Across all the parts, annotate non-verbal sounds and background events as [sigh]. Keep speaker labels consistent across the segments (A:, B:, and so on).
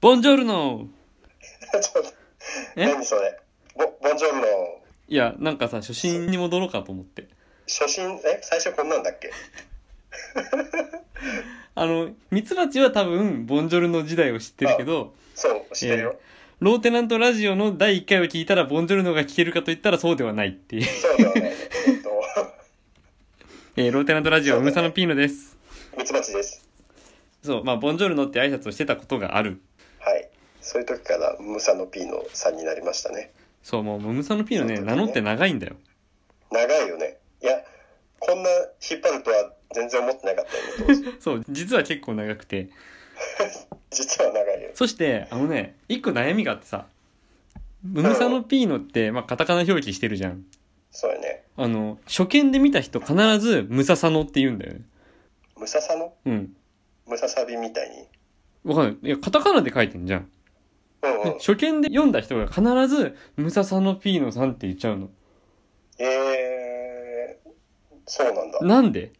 A: ボンジョルノ
B: [laughs] ちょっと、
A: え
B: 何それ。ボボンジョルの
A: いや、なんかさ、初心に戻ろうかと思って。
B: 初心、え最初こんなんだっけ
A: あの、ミツバチは多分、ボンジョルノ時代を知ってるけど、
B: そう、知ってるよ。
A: ローテナントラジオの第1回を聞いたら、ボンジョルノが聞けるかといったらそうではないっていう。
B: そうではない。えっと、
A: [laughs]
B: [laughs]
A: えーローテナントラジオ、うむさのピーノです。
B: ミツバチです。
A: [laughs] そう、まあ、ボンジョルノって挨拶をしてたことがある。
B: はい。そういう時から、ムサノピーノさんになりましたね。
A: そう、もう、ムムサノピーノね、
B: そうだ
A: 名
B: ね
A: 乗って長いんだよ。
B: 長いよね。いや、こんな引っ張るとは全然思ってなかったよね、
A: [laughs]
B: 当時。
A: そう、実は結構長くて。
B: 実は長いよ。
A: そして、あのね、一個悩みがあってさ、ムムサノピーノって、まあ、カタカナ表記してるじゃん。
B: そうよね。
A: あの、初見で見た人必ず、ムササノって言うんだよね。
B: ムササノ
A: うん。
B: ムササビみたいに。
A: わかんない。いや、カタカナで書いてんじゃん。
B: うんうん。
A: 初見で読んだ人が必ず、ムササノピーノさんって言っちゃうの。
B: えー、そうなんだ。
A: なんで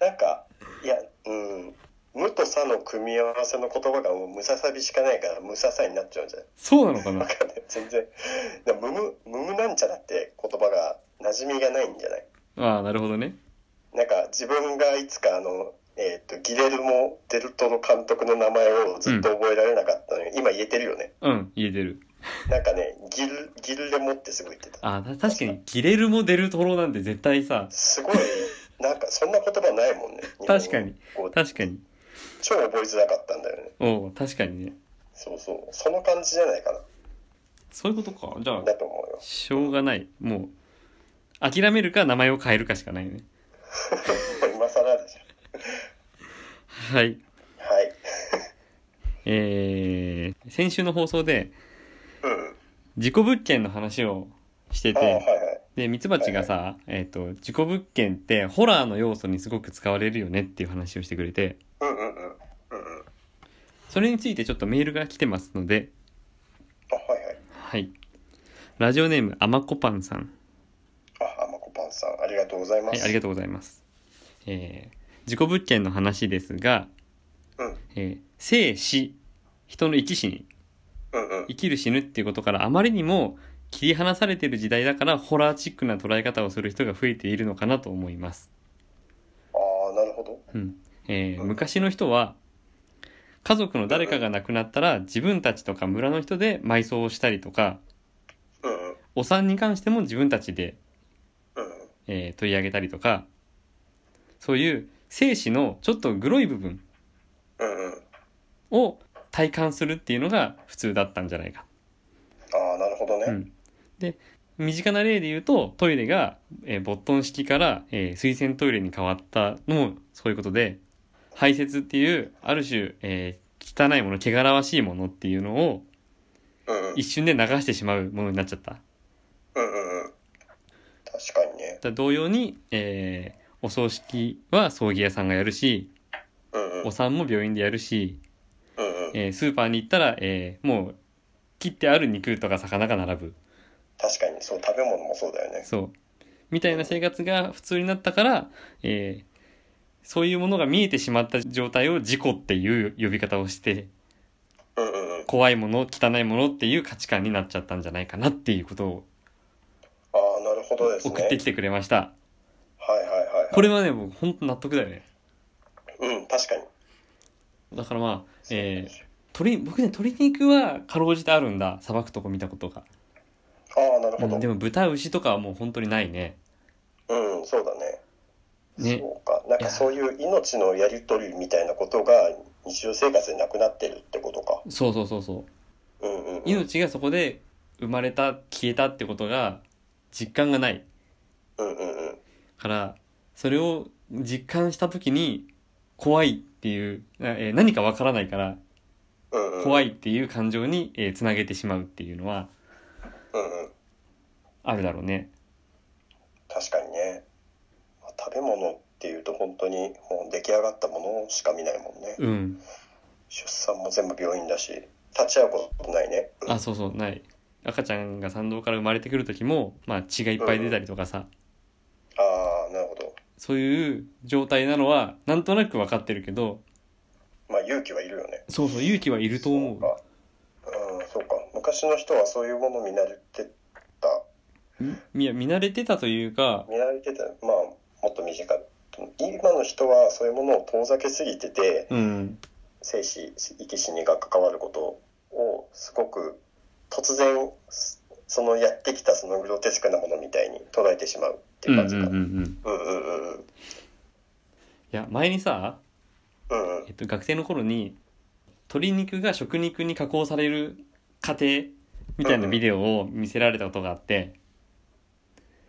B: なんか、いや、うん。ムとサの組み合わせの言葉がもうムササビしかないから、ムササになっちゃうんじゃない
A: そうなのか
B: わ
A: な
B: かんない。全然。でもムム、ムムなんちゃらって言葉が馴染みがないんじゃない
A: ああ、なるほどね。
B: なんか自分がいつかあの、えっ、と、ギレルモ・デルトの監督の名前をずっと覚えられなかったのに、今言えてるよね。
A: うん、言えてる。
B: なんかね、ギル、ギルレモってすぐ言ってた。
A: ああ、た確かに、ギレルモ・デルトロなんて絶対さ、
B: すごい、なんかそんな言葉ないもんね。
A: 確かに
B: こう。
A: 確かに。
B: 超覚えづらかったんだよね。
A: おう確かにね。
B: そうそう。その感じじゃないかな。
A: そういうことか。じゃあ、
B: だと思うよ。
A: しょうがない。もう、諦めるか名前を変えるかしかないよね。
B: 今更でしょ。
A: はい。
B: はい。
A: えー、先週の放送で、
B: うん。
A: 事故物件の話をして
B: ああ、はい
A: て、
B: はい。
A: で、ミツバチがさ、えっ、と、事故物件ってホラーの要素にすごく使われるよねっていう話をしてくれて、
B: うんうんうん。うんうん。あ、
A: それについてちょっとメールが来てますので、
B: はいはい。
A: はい。ラジオネーム、あまこぱんさん。
B: あ、あまこぱんさん、ありがとうございま
A: はい、
B: す。
A: ありがとうございます。えー、事故物件の話ですが、
B: うん
A: えー生死、人の生き死に、
B: うんうん。
A: 生きる死ぬっていうことからあまりにも切り離されてる時代だからホラーチックな捉え方をする人が増えているのかなと思います。
B: ああ、なるほど。
A: うんえー
B: うん
A: 昔の人は家族の誰かが亡くなったら自分たちとか村の人で埋葬をしたりとか
B: うんうん。
A: お産に関しても自分たちで、
B: うんうん。
A: えー取り上げたりとかそういう生死のちょっとグロい部分
B: うんうん。
A: を体感するっていうのが普通だったんじゃないか。
B: ああ、なるほどね。
A: う
B: うんん、
A: で身近な例で言うとトイレが、えーボットン式から、えー水洗トイレに変わったのもそういうことで排泄っていうある種、えー汚いもの汚らわしいものっていうのを
B: うんうん。
A: 一瞬で流してしまうものになっちゃっただか
B: うんうん。確かにね。
A: ら同様に、えーお葬式は葬儀屋さんがやるし
B: うんうん。うんう
A: お産も病院でやるし、
B: ん。
A: えースーパーに行ったら、えーもう切ってある肉とか魚が並ぶ
B: 確かに、そう、食べ物もそうだよね。
A: そう。みたいな生活が普通になったから、えーそういうものが見えてしまった状態を事故っていう呼び方をして、
B: うんうんうん。
A: 怖いもの、汚いものっていう価値観になっちゃったんじゃないかなっていうことを
B: ああ、なるほどですね。
A: 送ってきてくれました。
B: はいはいはい、はい。
A: これはね、僕本当納得だよね。
B: うん、確かに。
A: だからまあ、えー鶏、僕ね、鶏肉はかろうじてあるんだ。さばくとこ見たことが。
B: ああ、なるほ
A: う
B: ど。
A: んでも豚、牛とかはもう本当にないね。
B: うん、そうだね。
A: ね
B: そうか。なん
A: いや
B: かそういう命のやりとりみたいなことが日常生活でなくなってるってことか。
A: そうそうそうそう。
B: うんうん、うん。
A: 命がそこで生まれた、消えたってことが実感がない。
B: うんうんうん。
A: からそれを実感した時に怖いっていう、なえー何かわからないから
B: うんうん。
A: 怖
B: い。
A: いっていう感情に、えーつなげてしまうっていうのは
B: うんうん。
A: あるだろうね。
B: 確かにね。まあ食べ物っていうと本当にもう出来上がったものしか見ないもんね。
A: うん。
B: 出産も全部病院だし、立ち会うことないね。うん
A: あ、そうそう、ない。赤ちゃんが産道から生まれてくる時も、まあ、血がいっぱい出たりとかさ、
B: ああ、なるほど。
A: そういう状態なのはなんとなく分かってるけど
B: まあ勇気はいるよね。
A: そうそう、勇気はいると思う。
B: あうん、そうか。昔の人はそういうもの見慣れてた。
A: んいや、見慣れてたというか、
B: 見られてたまあもっと身近だ今の人はそういうものを遠ざけすぎてて
A: うん。
B: 生死生き死にが関わることをすごく突然すそのやってきたそのグロテスクなものみたいに捉えてしまうって
A: う
B: い
A: ん
B: う
A: う
B: 感
A: ん
B: じ
A: う
B: か
A: んうん。
B: うんうんうんう
A: い
B: ん
A: や、前にさ、
B: うんうん
A: えっと、学生の頃に、鶏肉が食肉に加工される過程みたいなビデオを見せられたことがあって、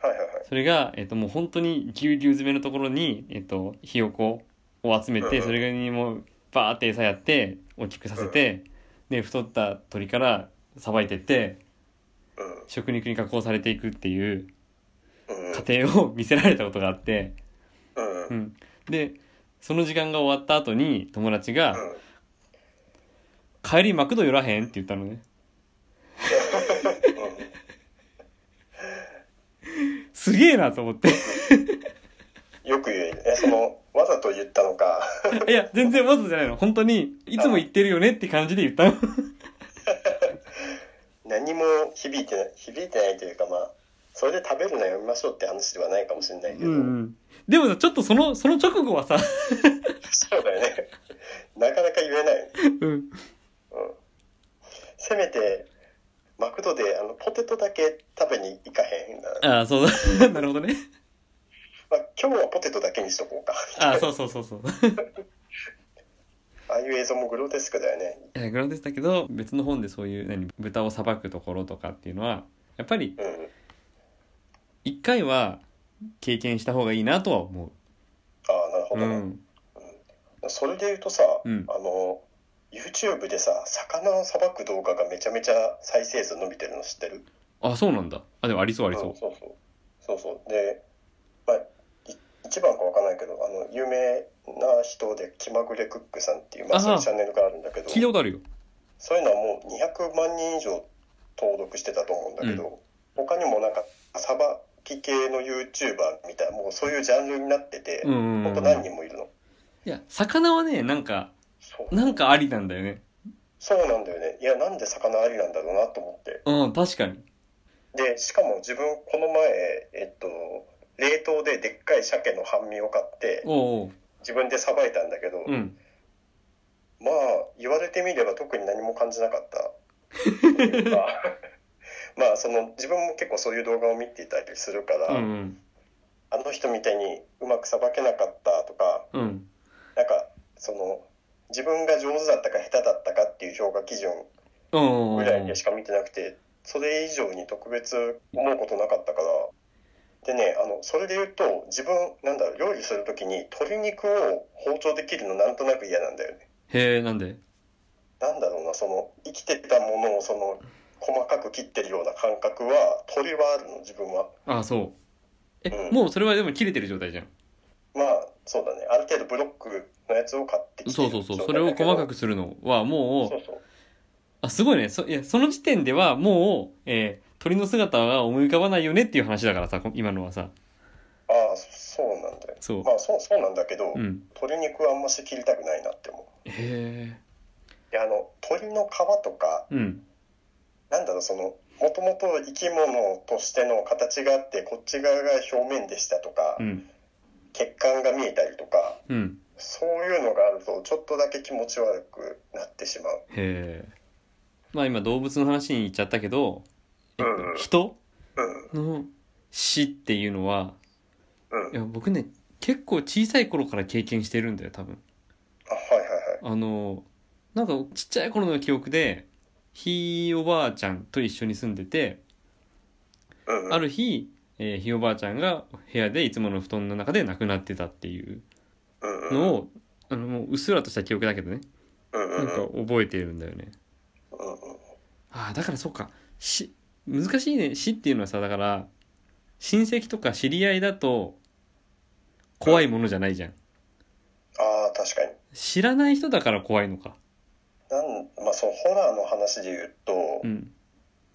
B: はいはいはい
A: それが、えっと、もう本当にぎゅうぎゅう詰めのところに、えっと、ひよこを集め
B: うんう
A: て、
B: ん
A: それにもう、バーって餌やって、大きくさせて、で、太った鳥からさばいてって、
B: うん
A: 食肉に加工されていくっていう
B: うん
A: 過程を見せられたことがあって、
B: うんうん
A: う
B: うん
A: ん、でその時間が終わった後に友達が「帰りマクド寄らへん?」って言ったのねすげえなと思って
B: よく言うえそのわざと言ったのか [laughs]
A: いや全然わざじゃないの本当にいつも言ってるよねって感じで言ったの
B: 何も響いてない響いてないというかまあそれで食べるのやめましょうって話ではないかもしれないけ
A: う
B: ど、
A: ん、うん、でもさちょっとそのその直後はさ、
B: [laughs] そうだよね。なかなか言えない。
A: うん、
B: せめて、マクドであのポテトだけ食べに行かへんな。
A: ああそうだ [laughs] なるほどね
B: まあ、今日はポテトだけにしとこうか。 [laughs]
A: ああそうそうそうそう
B: ああいう映像もグロテスクだよね。
A: いやグランデスだけど別の本でそういう何豚をさばくところとかっていうのはやっぱり
B: うん。
A: 一回は経験した方がいいなとは思
B: ああ、なる
A: う
B: ほ
A: う
B: どね。
A: ん
B: それで言うとさ、
A: うん
B: あの、YouTube でさ、魚をさばく動画がめちゃめちゃ再生数伸びてるの知ってる
A: あそうなんだあでもありそうあり
B: うん
A: そう
B: そうそうそうそうで、まあ、い一番かわかんないけどあの有名な人で気まぐれクックさんっていう、まあ、
A: あは
B: そういうチャンネルがあるんだけど
A: 聞いたことあるよ
B: そういうのはもう200万人以上登録してたと思うんだけど、他にもなんかさばき系の YouTuber みたいなもうそういうジャンルになってて、
A: うんうんうん
B: ほんと何人もいるの
A: いや魚はねなんか
B: そう
A: なんかありなんだよね
B: そうなんだよねいやなんで魚ありなんだろうなと思って
A: うん確かに
B: でしかも自分この前えっと冷凍ででっかい鮭の半身を買って
A: おうおう
B: 自分でさばいたんだけど、
A: うん
B: まあ言われてみれば特に何も感じなか
A: [laughs]
B: ったというかまあその自分も結構そういう動画を見ていたりするから、
A: うんうん
B: あの人みたいにうまくさばけなかったとか
A: うん
B: なんかその自分が上手だったか下手だったかっていう評価基準
A: うんうんう
B: ぐらい
A: ん
B: でしか見てなくてそれ以上に特別思うことなかったからでねあのそれで言うと自分なんだろう料理する時に鶏肉を包丁で切るのなんとなく嫌なんだよね。
A: へえなんで
B: なんだろうなその生きてたものをその細かく切ってるような感覚は鳥はあるの自分は
A: あそうえ
B: うん
A: もうそれはでも切れてる状態じゃん
B: まあそうだねある程度ブロックのやつを買ってきて
A: そうそうそうそれを細か
B: く
A: くするのは
B: そ
A: もう
B: うそう
A: あすごいねそいやその時点ではもう、えー鳥の姿は思い浮かばないよねっていう話だからさこ今のはさ
B: ああそそうなんだよ
A: そう
B: まあそうそうなんだけど、
A: うん
B: 鶏肉はあんまし切りたくないなって思う
A: へ
B: いやあの鶏の皮とか
A: えうん
B: なんだろうそのもともと生き物としての形があってこっち側が表面でしたとか、
A: うん
B: 血管が見えたりとか
A: うん
B: そういうのがあるとちょっとだけ気持ち悪くなってしまう
A: へえまあ今動物の話に行っちゃったけど、えっ
B: う
A: と、
B: んうん
A: 人
B: うん
A: の死っていうのは
B: うん
A: いや僕ね結構小さい頃から経験してるんだよ多分
B: あはいはいはい
A: あのなんかちっちゃい頃の記憶でひいおばあちゃんと一緒に住んでて
B: うんうん
A: ある日、えーひいおばあちゃんが部屋でいつもの布団の中で亡くなってたっていう
B: うんうん
A: のをあのもううっすらとした記憶だけどね
B: うんう
A: なん
B: ん
A: か覚えてるんだよね
B: うんうん
A: ああだからそうか死難しいね死っていうのはさだから親戚とか知り合いだと怖いものじゃないじゃん
B: ああ確かに
A: 知らない人だから怖いのか
B: なんまあそのホラーの話で言うと、
A: うん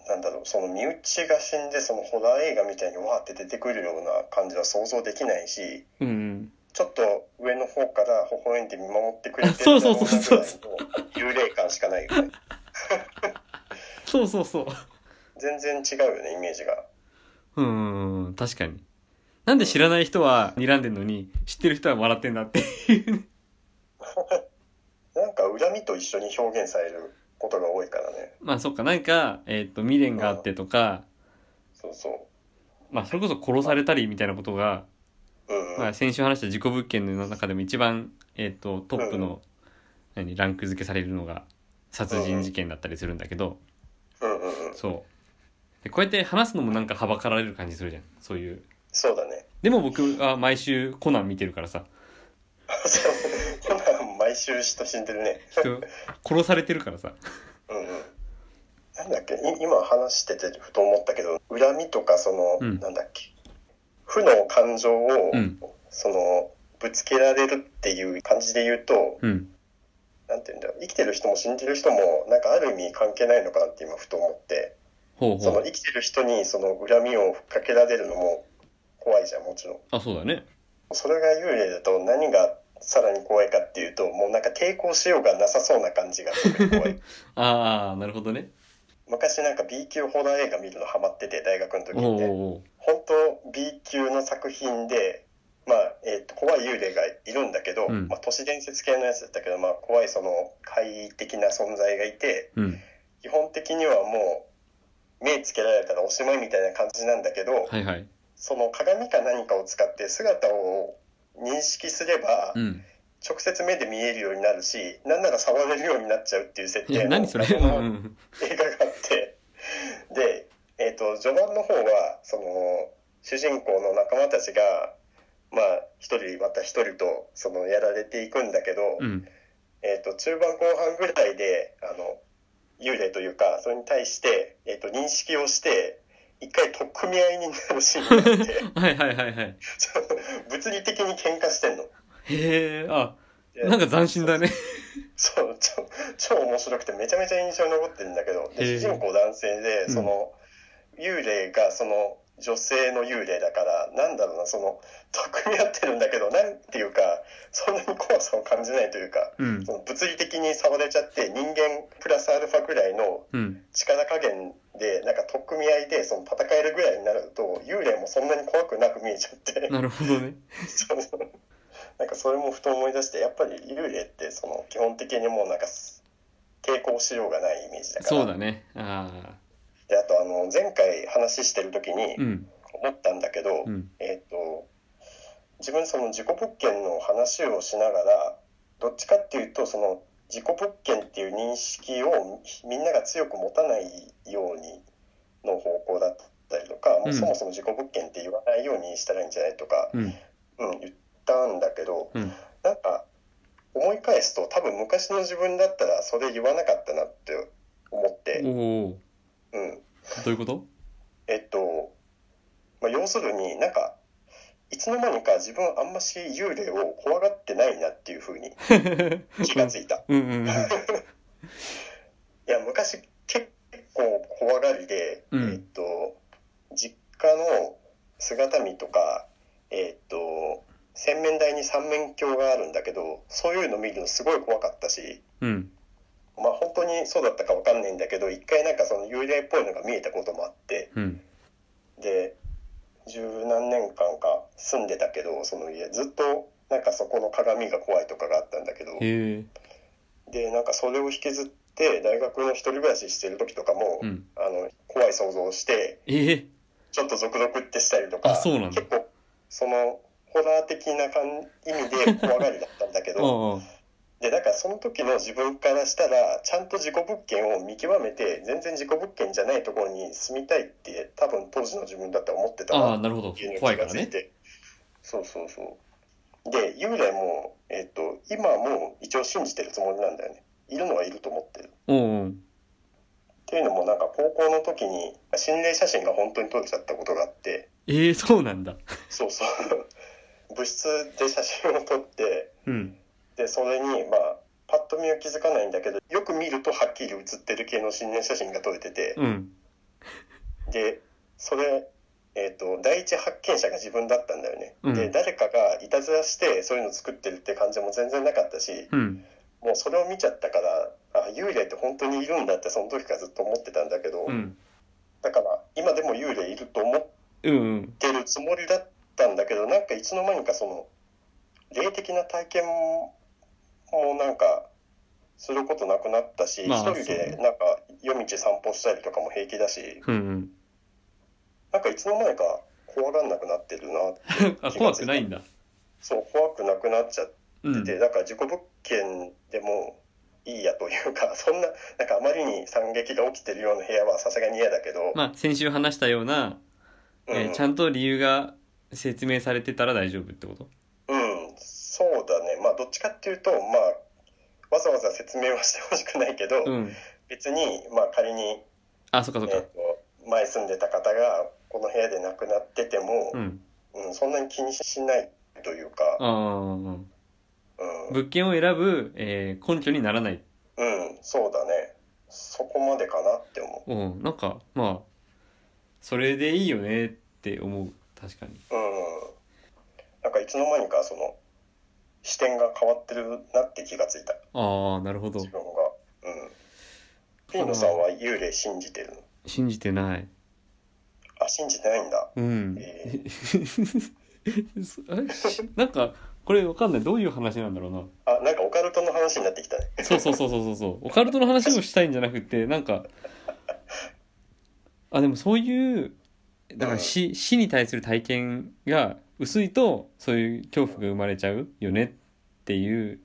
B: なんだろうその身内が死んでそのホラー映画みたいにわーって出てくるような感じは想像できないし
A: うん
B: ちょっと上の方から微笑んで見守ってくれてる
A: そうそうそうそうそ
B: 幽霊感しかないよね。
A: そうそうそう。
B: 全然違うよね、イメージが。
A: うーん、確かに。なんで知らない人は睨んでんのに、知ってる人は笑ってんだって。
B: なんか恨みと一緒に表現されることが多いからね。
A: まあそっか、なんか、えっ、と、未練があってとか、
B: そうそ
A: まあそれこそ殺されたりみたいなことが、
B: う。うん、うん。
A: まあ、先週話した事故物件の中でも一番、えっとトップの、何ランク付けされるのが殺人事件だったりするんだけど、
B: うんうんうん。
A: そうでこうやって話すのもなんかはばかられる感じするじゃんそういう
B: そうだね。 [laughs]
A: でも僕は毎週コナン見てるからさ
B: そう。ほな、毎週人死んでるね。
A: 人殺されてるからさ
B: うんうん。なんだっけ、い今話しててふと思ったけど、恨みとかその、
A: うん
B: なんだっけ、負の感情を、
A: うん
B: その、ぶつけられるっていう感じで言うと、
A: うん
B: なんて言うんだろう、生きてる人も死んでる人も、なんかある意味関係ないのかなって今ふと思って、
A: ほうほ
B: その
A: う
B: 生きてる人にその恨みをふっかけられるのも怖いじゃん、もちろん。
A: あそうだね
B: それが幽霊だと何がさらに怖いかっていうと、もうなんか抵抗しようがなさそうな感じがすご
A: [laughs]
B: い怖い。
A: ああなるほどね
B: 昔なんか B 級ホラー映画見るのハマってて、大学の時
A: おうお
B: っ
A: う
B: て。
A: おう
B: 本当 B 級の作品で、まあ、えっと、怖い幽霊がいるんだけど、
A: うん
B: まあ、都市伝説系のやつだったけど、まあ、怖いその怪異的な存在がいて、
A: うん
B: 基本的にはもう目つけられたらおしまいみたいな感じなんだけど、
A: はいはい
B: その鏡か何かを使って姿を認識すれば
A: うん
B: 直接目で見えるようになるし、なんなら触れるようになっちゃうっていう設
A: い
B: 定
A: や
B: の
A: 何
B: [laughs]
A: それ
B: 謎
A: う
B: の
A: ん
B: 映画があってで、えっと序盤の方はその主人公の仲間たちがまあ一人また一人とそのやられていくんだけど、
A: うん [laughs]
B: えっと中盤後半ぐらいであの幽霊というかそれに対して、えっと認識をして一回取っ組み合いになるシーン
A: [laughs]
B: があって
A: はいはいはいはい
B: ちょっと物理的に喧嘩してんの。
A: へえあ
B: で
A: なんか斬新だね
B: そう超 [laughs] 超面白くてめちゃめちゃ印象に残ってるんだけどで
A: へえ
B: 主人公男性で
A: うん
B: その、幽霊がその女性の幽霊だからなんだろうなそのと組み合ってるんだけどなんていうかそんなに怖さを感じないというか
A: うん
B: その物理的に触れちゃって人間プラスアルファぐらいの
A: うん
B: 力加減でなんか取っ組み合いでその戦えるぐらいになると幽霊もそんなに怖くなく見えちゃって
A: [laughs] なるほどね
B: そうそう [laughs] なんかそれもふと思い出してやっぱり幽霊ってその基本的にもうなんかす抵抗しようがないイメージだから
A: そうだねああ
B: であとあの前回話してる時に
A: うん
B: 思ったんだけど、
A: うん
B: えっ、と自分その事故物件の話をしながらどっちかっていうとその事故物件っていう認識をみんなが強く持たないようにの方向だったりとか、もうそもそも事故物件って言わないようにしたらいいんじゃないとか、
A: うん
B: うん、言ったんだけど、
A: うん
B: なんか思い返すと多分昔の自分だったらそれ言わなかったなって思って、
A: おお
B: うん、
A: どういうこと
B: えっと、まあ、要するになんかいつの間にか自分あんまし幽霊を怖がってないなっていう風に気がついたい
A: うんうんうん
B: や昔結構怖がりで、
A: うん
B: えっと実家の姿見とかえっと洗面台に三面鏡があるんだけどそういうの見るのすごい怖かったし
A: うん
B: まあ本当にそうだったかわかんないんだけど一回なんかその幽霊っぽいのが見えたこともあって
A: うん
B: で十何年間か住んでたけどその家ずっとなんかそこの鏡が怖いとかがあったんだけど
A: へえ
B: でなんかそれを引きずって大学の一人暮らししてる時とかも、
A: うん
B: あの怖い想像をして
A: ええ
B: ちょっとゾクゾクってしたりとか
A: あそうなんだ
B: 結構そのホラー的な感意味で怖がりだったんだけ
A: [laughs]
B: ど
A: ああ
B: でだからその時の自分からしたらちゃんと事故物件を見極めて全然事故物件じゃないところに住みたいって多分当時の自分だって思ってた
A: ああ
B: な
A: なるほど
B: っていうの
A: 怖
B: に気
A: いから
B: がつ
A: ね
B: いてそうそうそうで幽霊も、えっと今も一応信じてるつもりなんだよねいるのはいると思ってる
A: うんうん
B: っていうのもなんか高校の時に心霊写真が本当に撮れちゃったことがあって
A: ええそうなんだ
B: そうそう [laughs] 部室で写真を撮って
A: うん
B: でそれにまあパッと見は気づかないんだけどよく見るとはっきり写ってる系の心霊写真が撮れてて
A: うん
B: でそれえっと第一発見者が自分だったんだよね、
A: うん
B: で誰かがいたずらしてそういうの作ってるって感じも全然なかったし
A: うん。
B: もうそれを見ちゃったからあ幽霊って本当にいるんだってその時からずっと思ってたんだけど、
A: うん。
B: だから今でも幽霊いると思っ
A: うんうん。
B: てるつもりだったんだけどなんかいつの間にかその霊的な体験もなんかすることなくなったし、
A: まあ
B: 一人でなんか夜道散歩したりとかも平気だし
A: うんうん。 [laughs]
B: なんかいつの間にか怖がんなくなってるな
A: あ、怖くないんだ。
B: そう怖くなくなっちゃっ
A: うん。
B: て、だから事故物件でもいいやというかそんななんかあまりに惨劇が起きてるような部屋はさすがに嫌だけど、
A: まあ、先週話したような、えー
B: うん
A: ちゃんと理由が説明されてたら大丈夫ってこと
B: うん、そうだね。まあ、どっちかっていうと、まあ、わざわざ説明はしてほしくないけど、
A: うん。
B: 別に、まあ、仮に、え
A: あ、そっかそ
B: ー
A: っか。
B: と前住んでた方が、この部屋で亡くなってても
A: う、ん。
B: うん、そんなに気にしないというか、
A: ああ。
B: うん、
A: 物件を選ぶ、えー根拠にならない。
B: うん、そうだね。そこまでかなって思
A: うん。なんか、まあ、それでいいよねって思う。確かに。
B: う。うん。なんか、いつの間にか、その、視点が変わってるなって気がついた、
A: ああ、なるほど
B: 自。分が。うん。ピーノさんは幽霊信じてるの
A: 信じてない。
B: あ、信じてないんだ。
A: うん。
B: え
A: そ [laughs] あれしなんか、これわかんない。どういう話なんだろうな。
B: あ、なんかオカルトの話になってきたね。
A: そうそうそうそうそうそう。オカルトの話をしたいんじゃなくて、なんか、あ、でもそういう、だから死死に対する体験が薄いと、そういう恐怖が生まれちゃうよねっていう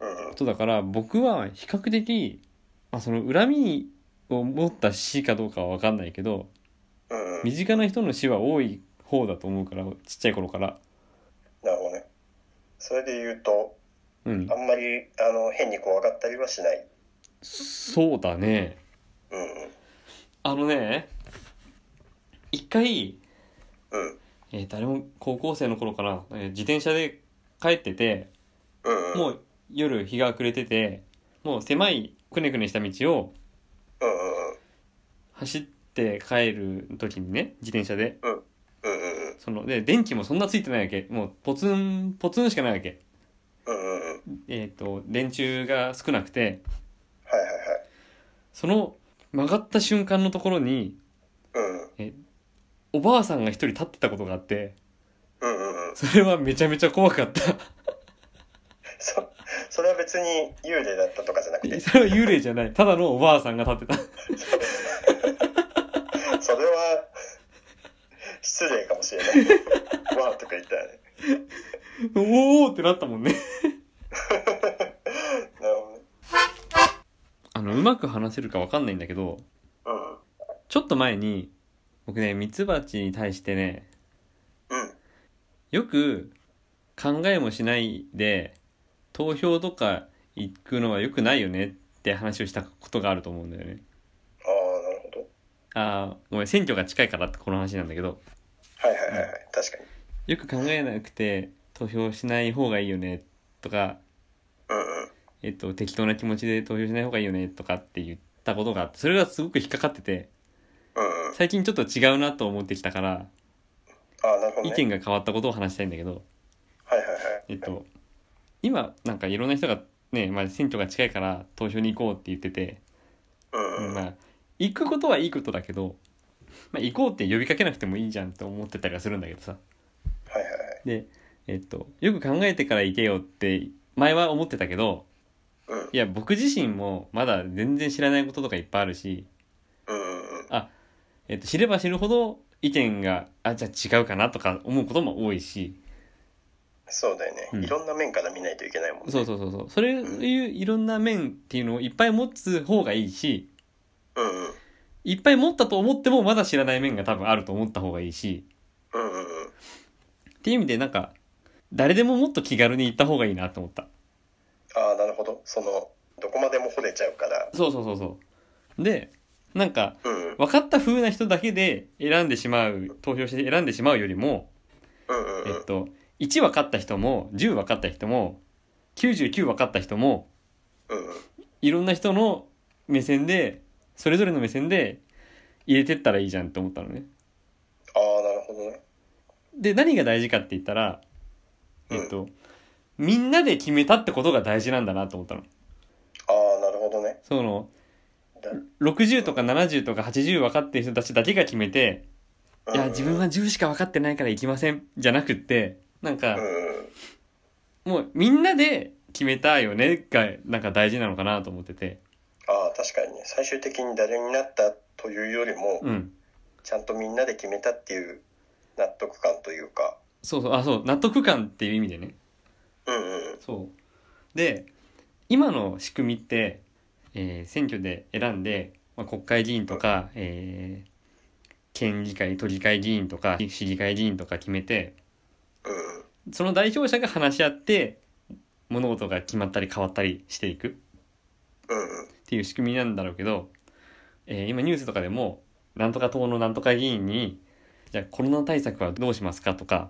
B: うん
A: こ。とだから、僕は比較的、まあ、その恨みを持った死かどうかはわかんないけど、
B: うん。
A: 身近な人の死は多い方だと思うから、ちっちゃい頃から。
B: なるほどね。それで言うと、
A: うん
B: あ。んまり、あの、変に怖がったりはしない。
A: そうだね。
B: うん。
A: あのね、一回、
B: うん。
A: えー誰も高校生の頃かな、えー自転車で帰ってて
B: うん。
A: も
B: う。
A: う夜日が暮れててもう狭いくねくねした道を
B: うんうん
A: 走って帰る時にね自転車で
B: うん。うんうん
A: そので電気もそんなついてないわけもうポツンポツンしかないわけ
B: うん。うんうんうん。
A: えっ、と電柱が少なくて
B: はいはいはい。
A: その曲がった瞬間のところに
B: うん。うん
A: おばあさんが一人立ってたことがあって
B: うんうん。
A: それはめちゃめちゃ怖かった [laughs]
B: そ、それは別に幽霊だったとかじゃなく
A: [laughs]
B: て、
A: それは幽霊じゃないただのおばあさんが立ってた
B: それは、失礼かもしれ
A: [laughs]
B: ない。わーとか言ったらね。
A: おおってなったもんね
B: なるほどね。
A: あの、うまく話せるかわかんないんだけど、
B: うん。
A: ちょっと前に、僕ね、ミツバチに対してね、
B: うん。
A: よく考えもしないで、投票とか行くのは良くないよねって話をしたことがあると思うんだよね。
B: ああ、なるほど。
A: あーごめん、選挙が近いからってこの話なんだけど、
B: はいはいはいはい。確かに。
A: よく考えなくて投票しない方がいいよねとか、
B: うんうん。
A: えっと、適当な気持ちで投票しない方がいいよねとかって言ったことがあって、それがすごく引っかかってて、
B: うんうん。
A: 最近ちょっと違うなと思ってきたから、
B: ああ、なるほど、ね。
A: 意見が変わったことを話したいんだけど、
B: はいはいはい。
A: えっと、今、なんかいろんな人がね、まあ、選挙が近いから投票に行こうって言ってて、
B: うんうん。
A: まあ、行くことはいいことだけど、まあ、行こうって呼びかけなくてもいいじゃんって思ってたりはするんだけどさ。
B: はいはいはい。
A: で、えっと、よく考えてから行けよって、前は思ってたけど、
B: うん
A: いや、僕自身もまだ全然知らないこととかいっぱいあるし、
B: うんうんうん。
A: えっと、知れば知るほど意見が、あ、じゃあ違うかなとか思うことも多いし、
B: そうだよね、
A: うん
B: いろんな面から見ないといけないもんね。
A: そうそうそうそう、そういういろんな面っていうのをいっぱい持つ方がいいし、
B: うんうん。
A: いっぱい持ったと思ってもまだ知らない面が多分あると思った方がいいし、
B: うんうんうん。
A: っていう意味でなんか、誰でももっと気軽に行った方がいいなと思った。
B: ああ、なるほど。その、どこまでも掘れちゃうから。
A: そうそうそうそう。で、なんか、
B: うんうん。
A: 分かった風な人だけで選んでしまう、投票して選んでしまうよりも、
B: うんうんうん。
A: えっと、1分かった人も、10分かった人も、99分かった人も、
B: うんうん。
A: いろんな人の目線で、それぞれの目線で入れてったらいいじゃんって思ったのね。
B: ああ、ほどね。
A: で何が大事かって言ったら
B: うん
A: えっと、みんなで決めたってことが大事なんだなと思ったの。
B: ああ、なるほどね。
A: その
B: だ
A: 60とか70とか80分かってる人たちだけが決めて「いや自分は。10しか分かってないから行きません」じゃなくってなん
B: う
A: か
B: んうん。
A: もうみんなで決めたいよねがなんか大事なのかなと思ってて
B: ああ、確かにね。最終的に誰になったというよりも、
A: うん
B: ちゃんとみんなで決めたっていう納得感というか。
A: そうそうあそう納得感っていう意味でね
B: うんうん。
A: そうで今の仕組みって、えー選挙で選んで、まあ、国会議員とか、えー県議会都議会議員とか市議会議員とか決めて
B: うん。
A: その代表者が話し合って物事が決まったり変わったりしていくっ
B: うんうん。
A: ていう仕組みなんだろうけど、えー今ニュースとかでもなんとか党のなんとか議員にじゃあコロナ対策はどうしますかとか、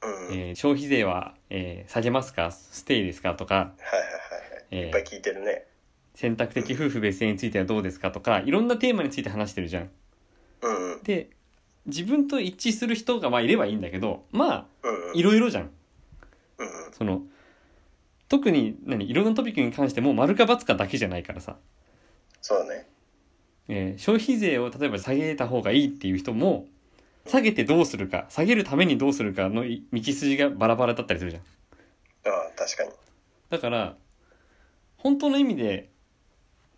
B: うんうん。はい
A: えー消費税は、えー下げますかステイですかとか、
B: はいはいはい。
A: えー
B: いっぱい聞いてるね。
A: 選択的夫婦別姓についてはどうですかとかいろんなテーマについて話してるじゃん。
B: うんうん。
A: で自分と一致する人がまあいればいいんだけどまあ
B: うんうん。
A: いろいろじゃん。
B: うんうん。
A: その特に何いろんなトピックに関しても丸か×かだけじゃないからさ、
B: そうだね。
A: えー消費税を例えば下げた方がいいっていう人も下げてどうするか下げるためにどうするかのい道筋がバラバラだったりするじゃん。
B: ああ、確かに。
A: だから本当の意味で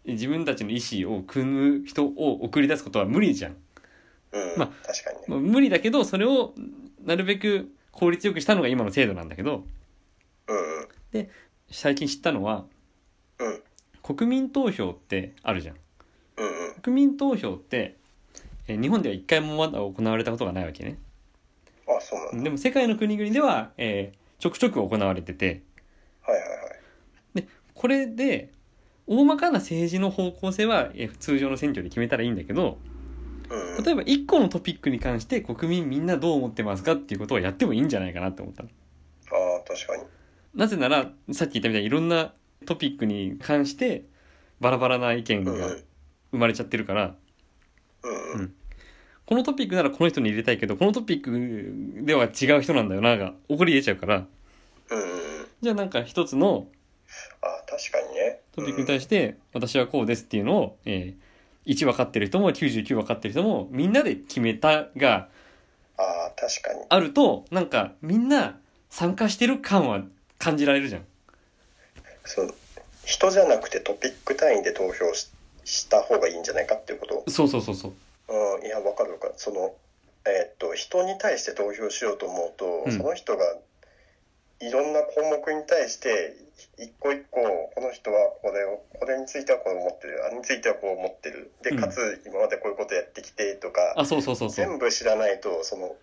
A: 自分たちの意思を組む人を送り出すことは無理じゃん。
B: うん。
A: まあ
B: 確かにね。
A: まあ、無理だけどそれをなるべく効率よくしたのが今の制度なんだけど
B: うんうん。
A: 最近知ったのは
B: うん
A: 国民投票ってあるじゃん
B: うんうん。
A: 国民投票ってえー日本では一回もまだ行われたことがないわけね
B: あ、そうなんだ。
A: でも世界の国々では、えーちょくちょく行われてて
B: はいはいはい。
A: これで大まかな政治の方向性は、えー通常の選挙で決めたらいいんだけど
B: うんうん。
A: 例えば1個のトピックに関して国民みんなどう思ってますかっていうことをやってもいいんじゃないかなって思ったの
B: ああ、確かに。
A: なぜならさっき言ったみたいにいろんなトピックに関してバラバラな意見
B: う
A: が
B: んうん。
A: 生まれちゃってるから、
B: うん
A: う
B: うんん。
A: このトピックならこの人に入れたいけどこのトピックでは違う人なんだよなが怒り出ちゃうから
B: うんうん。
A: じゃあなんか一つの
B: ああ、確かにね。
A: トピックに対して私はこうですっていうのを、えー1分かってる人も99分かってる人もみんなで決めたが
B: うんああ、確かに。
A: あるとなんかみんな参加してる感は感じられるじゃん。
B: そう。人じゃなくてトピック単位で投票しした方がいいんじゃないかっていうこと
A: そうそうそうそう。
B: うん、いや、わかるわかる。その、えーっと、人に対して投票しようと思うと、
A: うん
B: その人がいろんな項目に対して、一個一個、この人はこれを、これについてはこう思ってる、あれについてはこう思ってる。で、
A: うん
B: かつ、今までこういうことやってきてとか、
A: あそうそうそうそう
B: 全。部知らないと、その、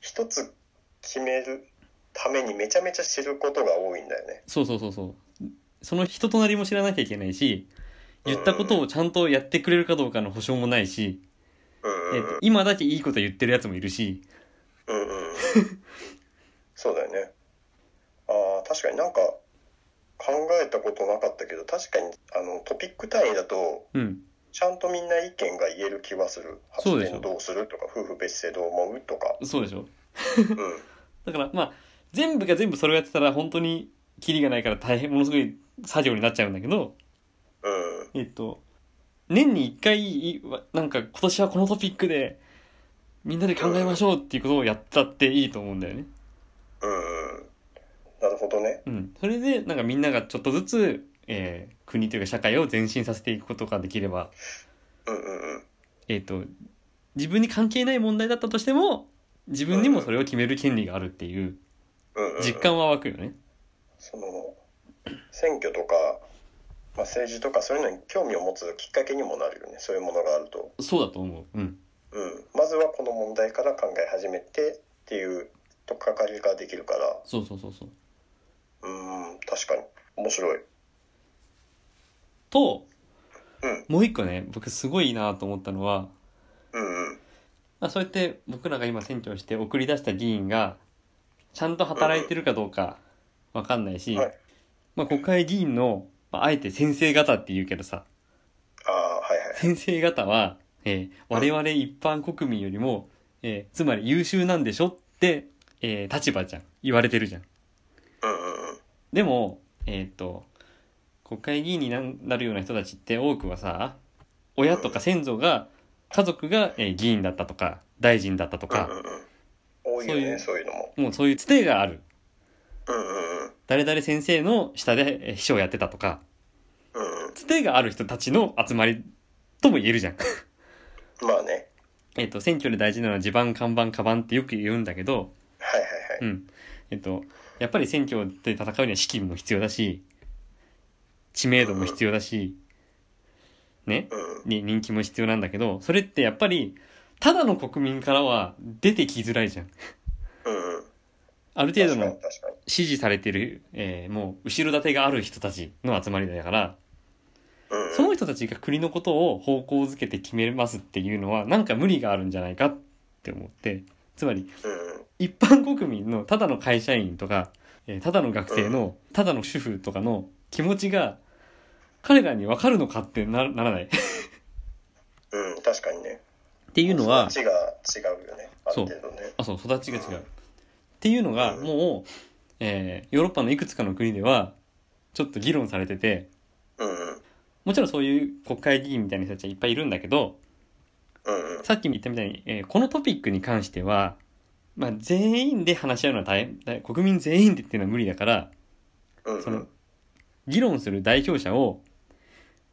B: 一つ決めるためにめちゃめちゃ知ることが多いんだよね。
A: そうそうそうそうその人となりも知らなきゃいけないし言ったことをちゃんとやってくれるかどうかの保証もないし、
B: うん
A: え
B: う
A: っ
B: ん
A: と今だけいいこと言ってるやつもいるし
B: うんうんうんそうだよねあー確かになんか考えたことなかったけど確かにあのトピック単位だと
A: うん
B: ちゃんとみんな意見が言える気はする発
A: そうでしょ
B: 言どうするとか夫婦別姓どう思うとか
A: そうでしょ
B: うん
A: だからまあ全部が全部それをやってたら本当にキリがないから大変ものすごい作業になっちゃうんだけど
B: うん
A: えっと年に一回いなんか今年はこのトピックでみんなで考えましょうっていうことをやったっていいと思うんだよね。
B: うんうんなるほどね
A: うん、それでなんかみんながちょっとずつ、えー国というか社会を前進させていくことができれば
B: うんうんうん
A: えっ、と、自分に関係ない問題だったとしても、自分にもそれを決める権利があるっていう
B: うんうんうん
A: 実感は湧くよね。
B: その選挙とか、まあ、政治とかそういうのに興味を持つきっかけにもなるよねそういうものがあると
A: そうだと思う。うん。
B: うん、まずはこの問題から考え始めてっていうとっかかりができるから
A: そうそうそうそう。
B: うーん確かに面白い
A: と、
B: うん
A: もう一個ね、僕すごいいいなと思ったのは、
B: うんうん
A: まあ、そうやって僕らが今選挙して送り出した議員が、ちゃんと働いてるかどうかわかんないし、
B: はい
A: まあ、国会議員の、まあ、あえて先生方って言うけどさ、
B: ああはいはい
A: 先生方は、えー我々一般国民よりも、ええーつまり優秀なんでしょって、えー立場じゃん。言われてるじゃん。
B: うんうんうん
A: でも、えーっと、国会議員になんなるような人たちって多くはさ、親とか先祖が、家族が、えー議員だったとか、大臣だったと
B: うん
A: か、
B: うんうん多いよね
A: そ
B: そういうのも
A: もうそういうつてがある。
B: うんうんうん
A: 誰々先生の下でえー秘書をやってたとか、
B: うんうん
A: つてがある人たちの集まりとも言えるじゃん。 [laughs]
B: まあね
A: えっと、選挙で大事なのは地盤、看板、カバンってよく言うんだけど、
B: はいは
A: うん。えっと、やっぱり選挙で戦うには資金も必要だし、知名度も必要だし、ね、
B: いはいうん
A: に人気も必要なんだけど、それってやっぱり、ただの国民からは出てきづらいじゃん。
B: うんうん
A: ある程度
B: 確かに
A: の
B: 確かに
A: 支持されてる、えーもう後ろ盾がある人たちの集まりだから、
B: うんうん
A: その人たちが国のことを方向づけて決めますっていうのは、なんか無理があるんじゃないかって思って、つまり、
B: うんうん
A: 一般国民のただの会社員とか、えーただの学生の、ただの主婦とかの気持ちが彼らに分かるのかってななら
B: [laughs]
A: ない。っ
B: うん、確かにね。
A: ていうのは
B: 育、ちが違うよね。ある程度ね。
A: あ、そう、育ちが違う。っていうのが、
B: うん
A: もう、えーヨーロッパのいくつかの国では、ちょっと議論されてて、
B: うんうん。
A: もちろんそういう国会議員みたいな人たちはいっぱいいるんだけど、
B: うんうん。
A: さっきも言ったみたいに、えーこのトピックに関しては、まあ、全員で話し合うのは大変、大国民全員でっていうのは無理だから、
B: うん
A: そ
B: うん
A: の、議論する代表者を、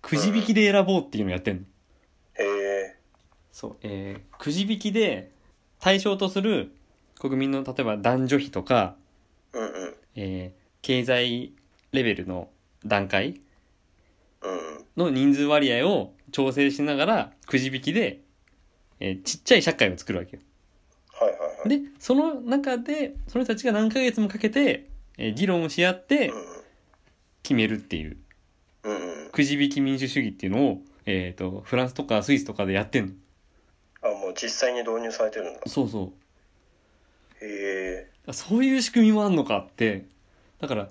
A: くじ引きで選ぼうっていうのをやってんの。
B: へえ。
A: そう。えー、くじ引きで、対象とする国民の、例えば男女比とか、
B: うんうん。
A: えー、経済レベルの段階
B: うんうん。
A: の人数割合を調整しながら、くじ引きで、えーちっちゃい社会を作るわけよ。
B: はいはいはい。
A: で、その中で、その人たちが何ヶ月もかけて、えー議論をし合って決めるっていう、
B: うんうん。うんうん。
A: くじ引き民主主義っていうのを、えっ、と、フランスとかスイスとかでやってんの。
B: あ、もう実際に導入されてるんだ。
A: そうそ
B: へえ。
A: うそういう仕組みもあんのかってだから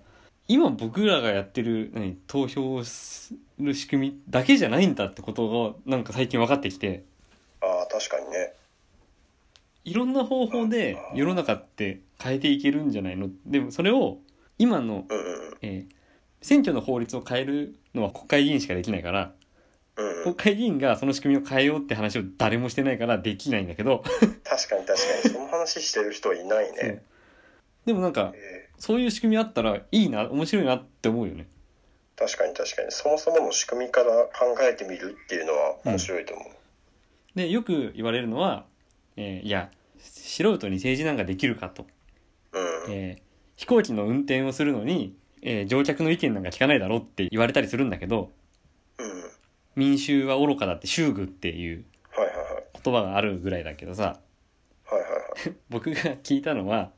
A: 今僕らがやってる何投票をする仕組みだけじゃないんだってことがなんか最近分かってきて
B: ああ、確かにね。
A: いろんな方法で世の中って変えていけるんじゃないのでもそれを今の、
B: うんうん。
A: えー選挙の法律を変えるのは国会議員しかできないから
B: うんう
A: 国
B: ん。
A: 会議員がその仕組みを変えようって話を誰もしてないからできないんだけど
B: 確かに確かに。その話してる人いない
A: そう
B: ね。
A: でもなんか
B: へえ
A: そういう仕組みあったらいいな面白いなって思うよね。
B: 確かに確かに。そもそもの仕組みから考えてみるっていうのは面白いと思う。
A: でよく言われるのは、えーいや素人に政治なんかできるかと、
B: うん。
A: えー飛行機の運転をするのに、えー乗客の意見なんか聞かないだろって言われたりするんだけど
B: うん。
A: 民衆は愚かだって衆愚っていう
B: はいはいはい。
A: 言葉があるぐらいだけどさ
B: はいはいはい。
A: 僕が聞いたのは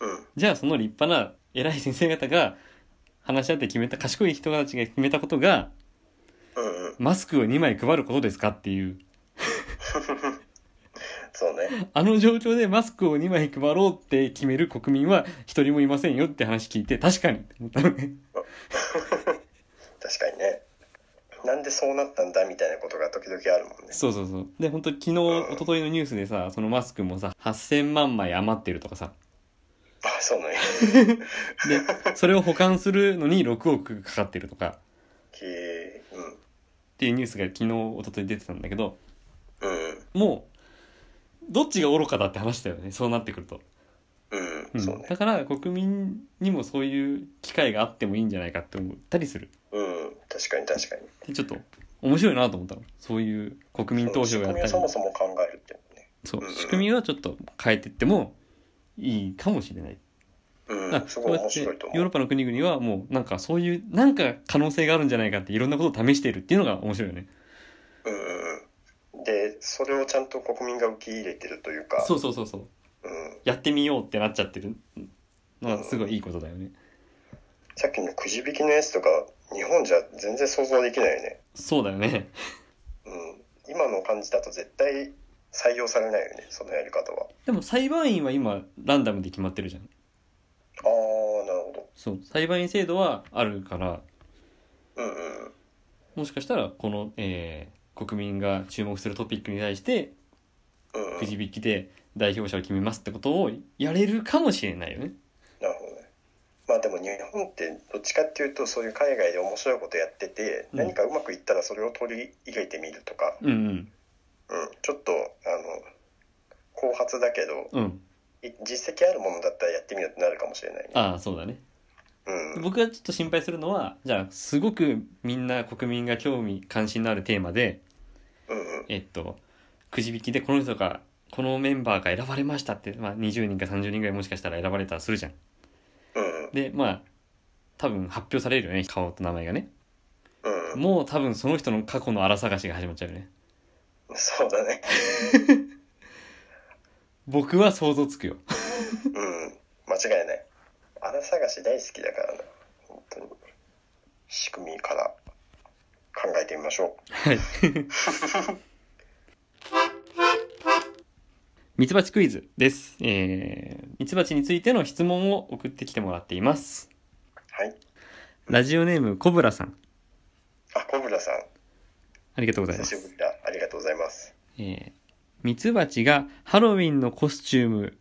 B: うん。
A: じゃあその立派な偉い先生方が話し合って決めた賢い人たちが決めたことが
B: うんうん。
A: マスクを2枚配ることですかっていう
B: そうね。
A: あの状況でマスクを2枚配ろうって決める国民は一人もいませんよって話聞いて確かにって思ったのね。
B: 確かにね。なんでそうなったんだみたいなことが時々あるもんね。
A: そうそうそう。で、本当昨日、一昨日のニュースでさ、そのマスクもさ、8000万枚余ってるとかさ。
B: あ、そうね。
A: で、それを保管するのに6億かかってるとか
B: へーうん。
A: っていうニュースが昨日、一昨日出てたんだけど、
B: うん
A: もう、どっちが愚かだって話だよね。そうなってくると。
B: うん。
A: うん
B: そうね。
A: だから国民にもそういう機会があってもいいんじゃないかって思ったりする。
B: うん。確かに確かに。
A: で、ちょっと面白いなと思ったの。そういう国民投票をやったり。
B: その仕組みをそもそも考えるっていうね。
A: そうう、
B: ん
A: 仕組みはちょっと変えてってもいいかもしれない。
B: う
A: あ
B: ん。す
A: こ
B: ご
A: う
B: い
A: や
B: 面
A: ってヨ
B: 白いと
A: ーロッ
B: 思う。
A: パの国々はもうなんかそういうなんか可能性があるんじゃないかっていろんなことを試しているっていうのが面白いよね。
B: うんうんうん。で、それをちゃんと国民が受け入れてるというか、
A: そうそうそうそう。
B: うん、
A: やってみようってなっちゃってるのがすごいいいことだよね。
B: さっきのくじ引きのやつとか、日本じゃ全然想像できないよね。
A: そうだよね。
B: うん。今の感じだと絶対採用されないよね、そのやり方は。
A: でも裁判員は今ランダムで決まってるじゃん。
B: あー、なるほど。
A: そう。裁判員制度はあるから、
B: うんうん。
A: もしかしたらこの、えー国民が注目するトピックに対して
B: うんうん
A: くじ引きで代表者を決めますってことをやれるかもしれないよね。
B: なるほどね。まあでも日本ってどっちかっていうとそういう海外で面白いことやってて、
A: うん
B: 何かうまくいったらそれを取り入れてみるとか、
A: うん
B: うん、ちょっとあの後発だけど
A: うん。うん。
B: い実績あるものだったらやってみようってなるかもしれないね。
A: ああ、そうだね。
B: うん、
A: 僕がちょっと心配するのは、じゃあ、すごくみんな国民が興味、関心のあるテーマで、
B: うんうん
A: えっと、くじ引きでこの人が、このメンバーが選ばれましたって、まあ、20人か30人ぐらいもしかしたら選ばれたらするじゃん。
B: うん
A: で、まあ、多分発表されるよね、顔と名前がね。
B: うんうん
A: もう多分その人の過去の荒探しが始まっちゃうよね。
B: そうだね。
A: 僕は想像つくよ。
B: うん間違いない。あら探し大好きだからな本当に仕組みから考えてみましょ
A: はい。 [laughs] ミツバチクイズです。えー、ミツバチについての質問を送ってきてもらっています。
B: う。はい。
A: ラジオネームコブラさん。
B: あコブラさん
A: ありがとうございま
B: 久し
A: す。
B: ぶりだありがとうございます。
A: えー、ミツバチがハロウィンのコスチューム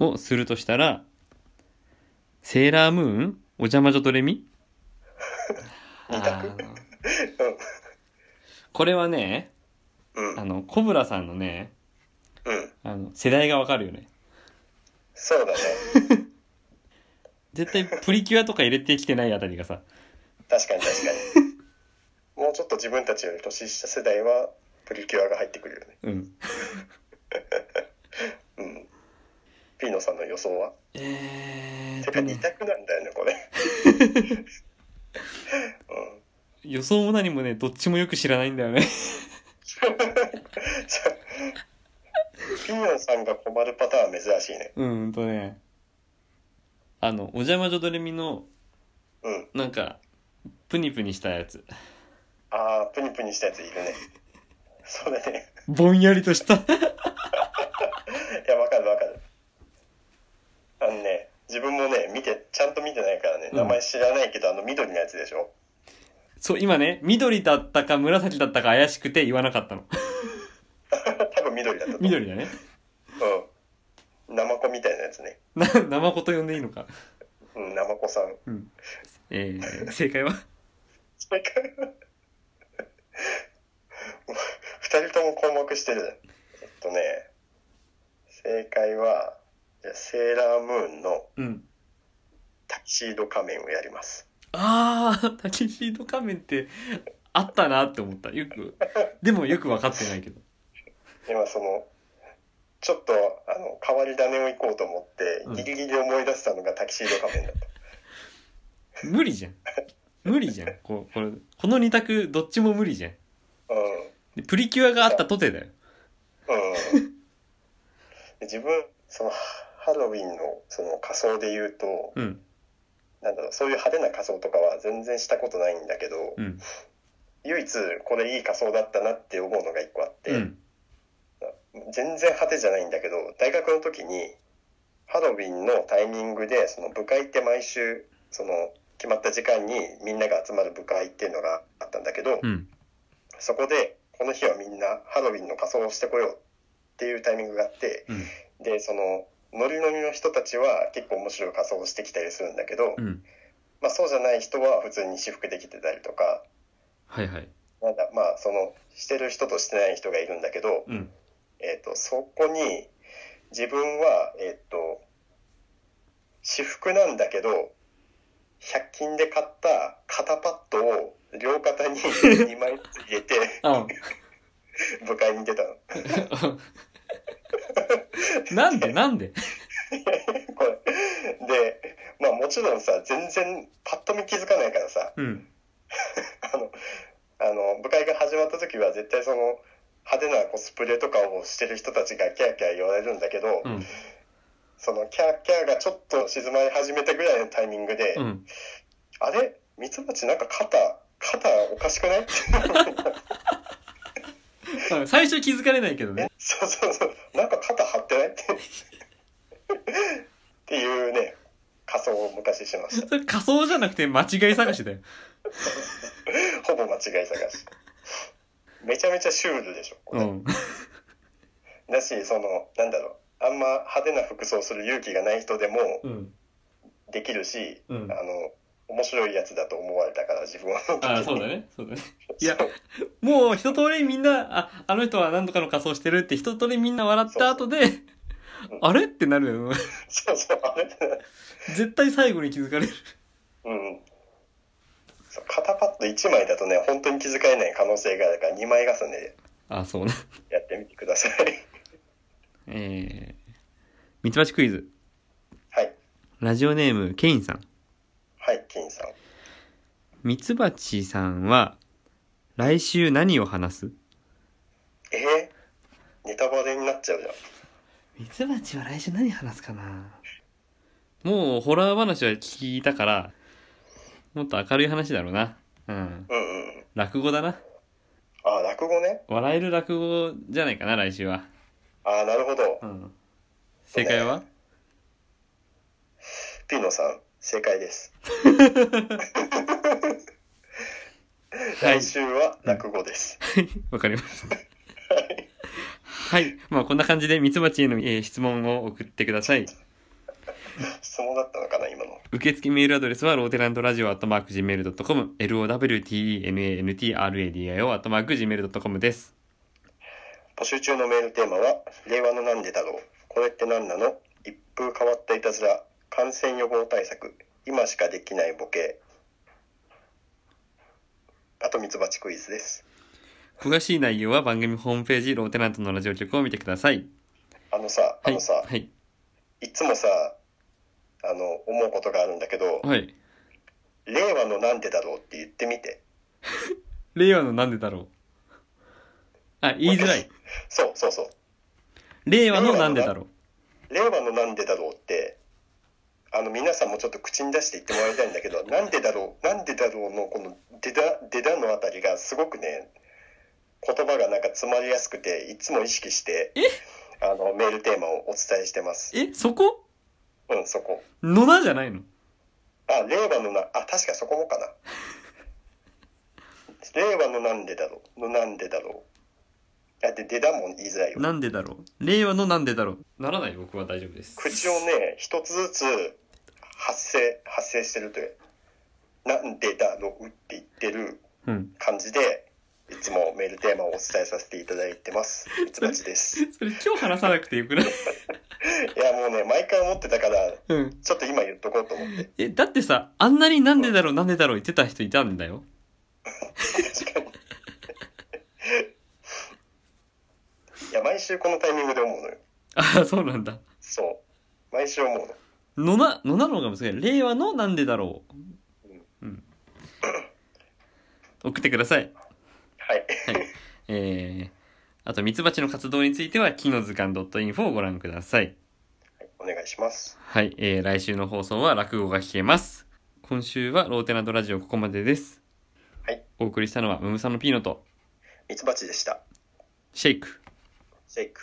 A: をするとしたら、セーラームーンお邪魔女とレミ
B: 二択
A: あーこれはね、
B: うん
A: あの、コブラさんのね、
B: うん
A: あの、世代がわかるよね。
B: そうだね
A: 絶対プリキュアとか入れてきてないあたりがさ、
B: 確かに確か
A: [laughs]
B: にもうちょっと自分たちより年下世代はプリキュアが入ってくるよね
A: うん。
B: うんピーノさんの予想は
A: え
B: てか二択なんだよねこれうん
A: 予想も何もね、どっちもよく知らないんだよね。 [laughs]
B: [laughs] じゃピーノさんが困るパターンは珍しいね
A: うんうんとね。あの、お邪魔女ドレミの、
B: うん
A: なんか、プニプニしたやつ。
B: ああプニプニしたやついるねそれね
A: ぼんやりとした。
B: いやわかるわかるあのね自分もね見てちゃんと見てないからね
A: うん
B: 名前知らないけど、あの緑のやつでしょ
A: そう、今ね、緑だったか紫だったか怪しくて言わなか [laughs] ったの。
B: 多分緑だったと思う
A: 緑だね。
B: うんナマコみたいなやつね
A: な、ナマコと呼んでいいのか。
B: うんナマコさん
A: うん。えー、正解は
B: それから [laughs] 二人とも困惑してるえっとね正解はじゃあセーラームーンの
A: うん。
B: タキシード仮面をやります
A: あー、タキシード仮面って、あったなって思った。よく、でもよく分かってないけど。
B: 今そのちょっとあの変わり種をいこうと思って
A: うん
B: ギリギリ思い出したのがタキシード仮面だった、
A: 無理じゃん。無理じゃん。こうこれこの二択、どっちも無理じゃん。
B: うん
A: でプリキュアがあったとてだよ。
B: うん、自分そのハハロウィンのその仮装で言うと
A: うん。
B: なんだろうそういう派手な仮装とかは全然したことないんだけど、
A: うん。
B: 唯一これいい仮装だったなって思うのが一個あって、
A: うん。
B: 全然派手じゃないんだけど大学の時にハロウィンのタイミングでその部会って毎週その決まった時間にみんなが集まる部会っていうのがあったんだけど、
A: うん。
B: そこでこの日はみんなハロウィンの仮装をしてこようっていうタイミングがあって。
A: うん。
B: でそのノリノリの人たちは結構面白い仮装をしてきたりするんだけど、
A: うん。
B: まあ、そうじゃない人は普通に私服できてたりとか
A: はいはい。
B: なんだまあそのしてる人としてない人がいるんだけど、
A: うん。
B: えー、とそこに自分は、えー、と私服なんだけど100均で買った肩パッドを両
A: [laughs]
B: 肩に2枚ずつ入れて
A: あ
B: 部会に出たの。
A: [laughs] なんでなんで
B: これでまあもちろんさ全然パッと見気づかないからさ
A: うん。
B: あの、あの、部会が始まった時は絶対その、派手なコスプレとかをしてる人たちがキャーキャー言われるんだけど、
A: うん。
B: そのキャーキャーがちょっと静まり始めたぐらいのタイミングで、
A: うん。
B: あれミツバチなんか肩、肩おかしくないって [laughs]
A: あ最初気づかれないけどね。
B: そうそうそう、なんか肩張ってない [laughs] って。っていうね、仮装を昔しました。
A: それ仮想じゃなくて間違い探しだよ。
B: ほぼ間違い探し。めちゃめちゃシュールでしょ、こ
A: う
B: れ
A: ん。
B: だしそのなんだろうあんま派手な服装する勇気がない人でも
A: うん。
B: できるし、
A: う
B: あ
A: ん。
B: の面白いやつだと思われたから自分は
A: ああ、そうだね。そうだね。いやもう一通りみんな、あ、あの人は何とかの仮装してるって一通りみんな笑った後で
B: うん、
A: あれってなるよ。
B: そうそうあれ
A: 絶対最後に気づかれる。
B: うんそう肩パッド1枚だとね本当に気づかれない可能性があるから2枚重ね
A: あ、そうね。
B: でやってみてください [laughs]
A: えー、ミツバチクイズ。
B: はい
A: ラジオネーム、ケインさん。
B: はい金さん
A: ミツバチさんは、来週何を話す
B: えー、ネタバレになっちゃうじゃん
A: ミツバチは来週何話すかなもう、ホラー話は聞いたから、もっと明るい話だろうな。うん。
B: うんうんうん
A: 落語だな。
B: あ落語ね
A: 笑える落語じゃないかな、来週は。
B: あなるほど
A: うん。正解は、
B: ピノさん正解です来週は落語です、
A: わかりました。はい。まあ、こんな感じで、ミツバチへの、えー質問を送ってください。
B: 質問だったのかな今の
A: 受付メールアドレスは、ローテナントラジオアットマーク Gmail.com、lowtenantradio アットマーク Gmail.com です。
B: 募集中のメールテーマは「令和のなんでだろうこれって何なの一風変わったいたずら感染予防対策今しかできないボケ」あとミツバチクイズです
A: 詳しい内容は番組ホームページ、ローテナントのラジオ局を見てください。
B: あのさあ
A: はい。
B: のさ、
A: はい。
B: い、つもさあの思うことがあるんだけど
A: はい。
B: 「令和のなんでだろう」って言ってみて
A: 令和のなんでだろう。あ、言いづらい。
B: [laughs] そうそうそう
A: 令和のなんでだろう。
B: 令和のなんでだろうってあの皆さんもちょっと口に出して言ってもらいたいんだけどなんでだろうなんでだろうのこの出だ出だのあたりがすごくね言葉がなんか詰まりやすくていつも意識してあのメールテーマをお伝えしてます
A: え、そこ
B: うんそこ
A: のなじゃないの
B: あ令和のなあ確かそこもかな令和のなんでだろうのなんでだろうあで出だも言いづらいよ
A: なんでだろう。令和のなんでだろう。ならない僕は大丈夫です。
B: 口をね一つずつ発声発声してるというなんでだろうって言ってる
A: うん。
B: 感じでいつもメールテーマをお伝えさせていただいてますミツバチ
A: [laughs]
B: ですい
A: それ今日話さなくてよくない
B: やもうね毎回思ってたから
A: うん。
B: ちょっと今言っとこうと思って
A: え、だってさ、あんなになんでだろう、なんでだろう言ってた人いたんだよ。
B: 確かにいや毎週このタイミングで思うのよ
A: あ、そうなんだ。
B: そう毎週思うの
A: のな、のなの方が難しい。令和のなんでだろう。 [laughs] うん。送ってください。
B: はい
A: えー、あと、ミツバチの活動については、木の図鑑 .info をご覧ください。
B: お願いします
A: はい、えー、来週の放送は落語が聞けます。今週はローテナントラジオここまでです。
B: はい。
A: お送りしたのは、ムムサのピーノと、
B: ミツバチでした
A: シェイク。
B: シェイク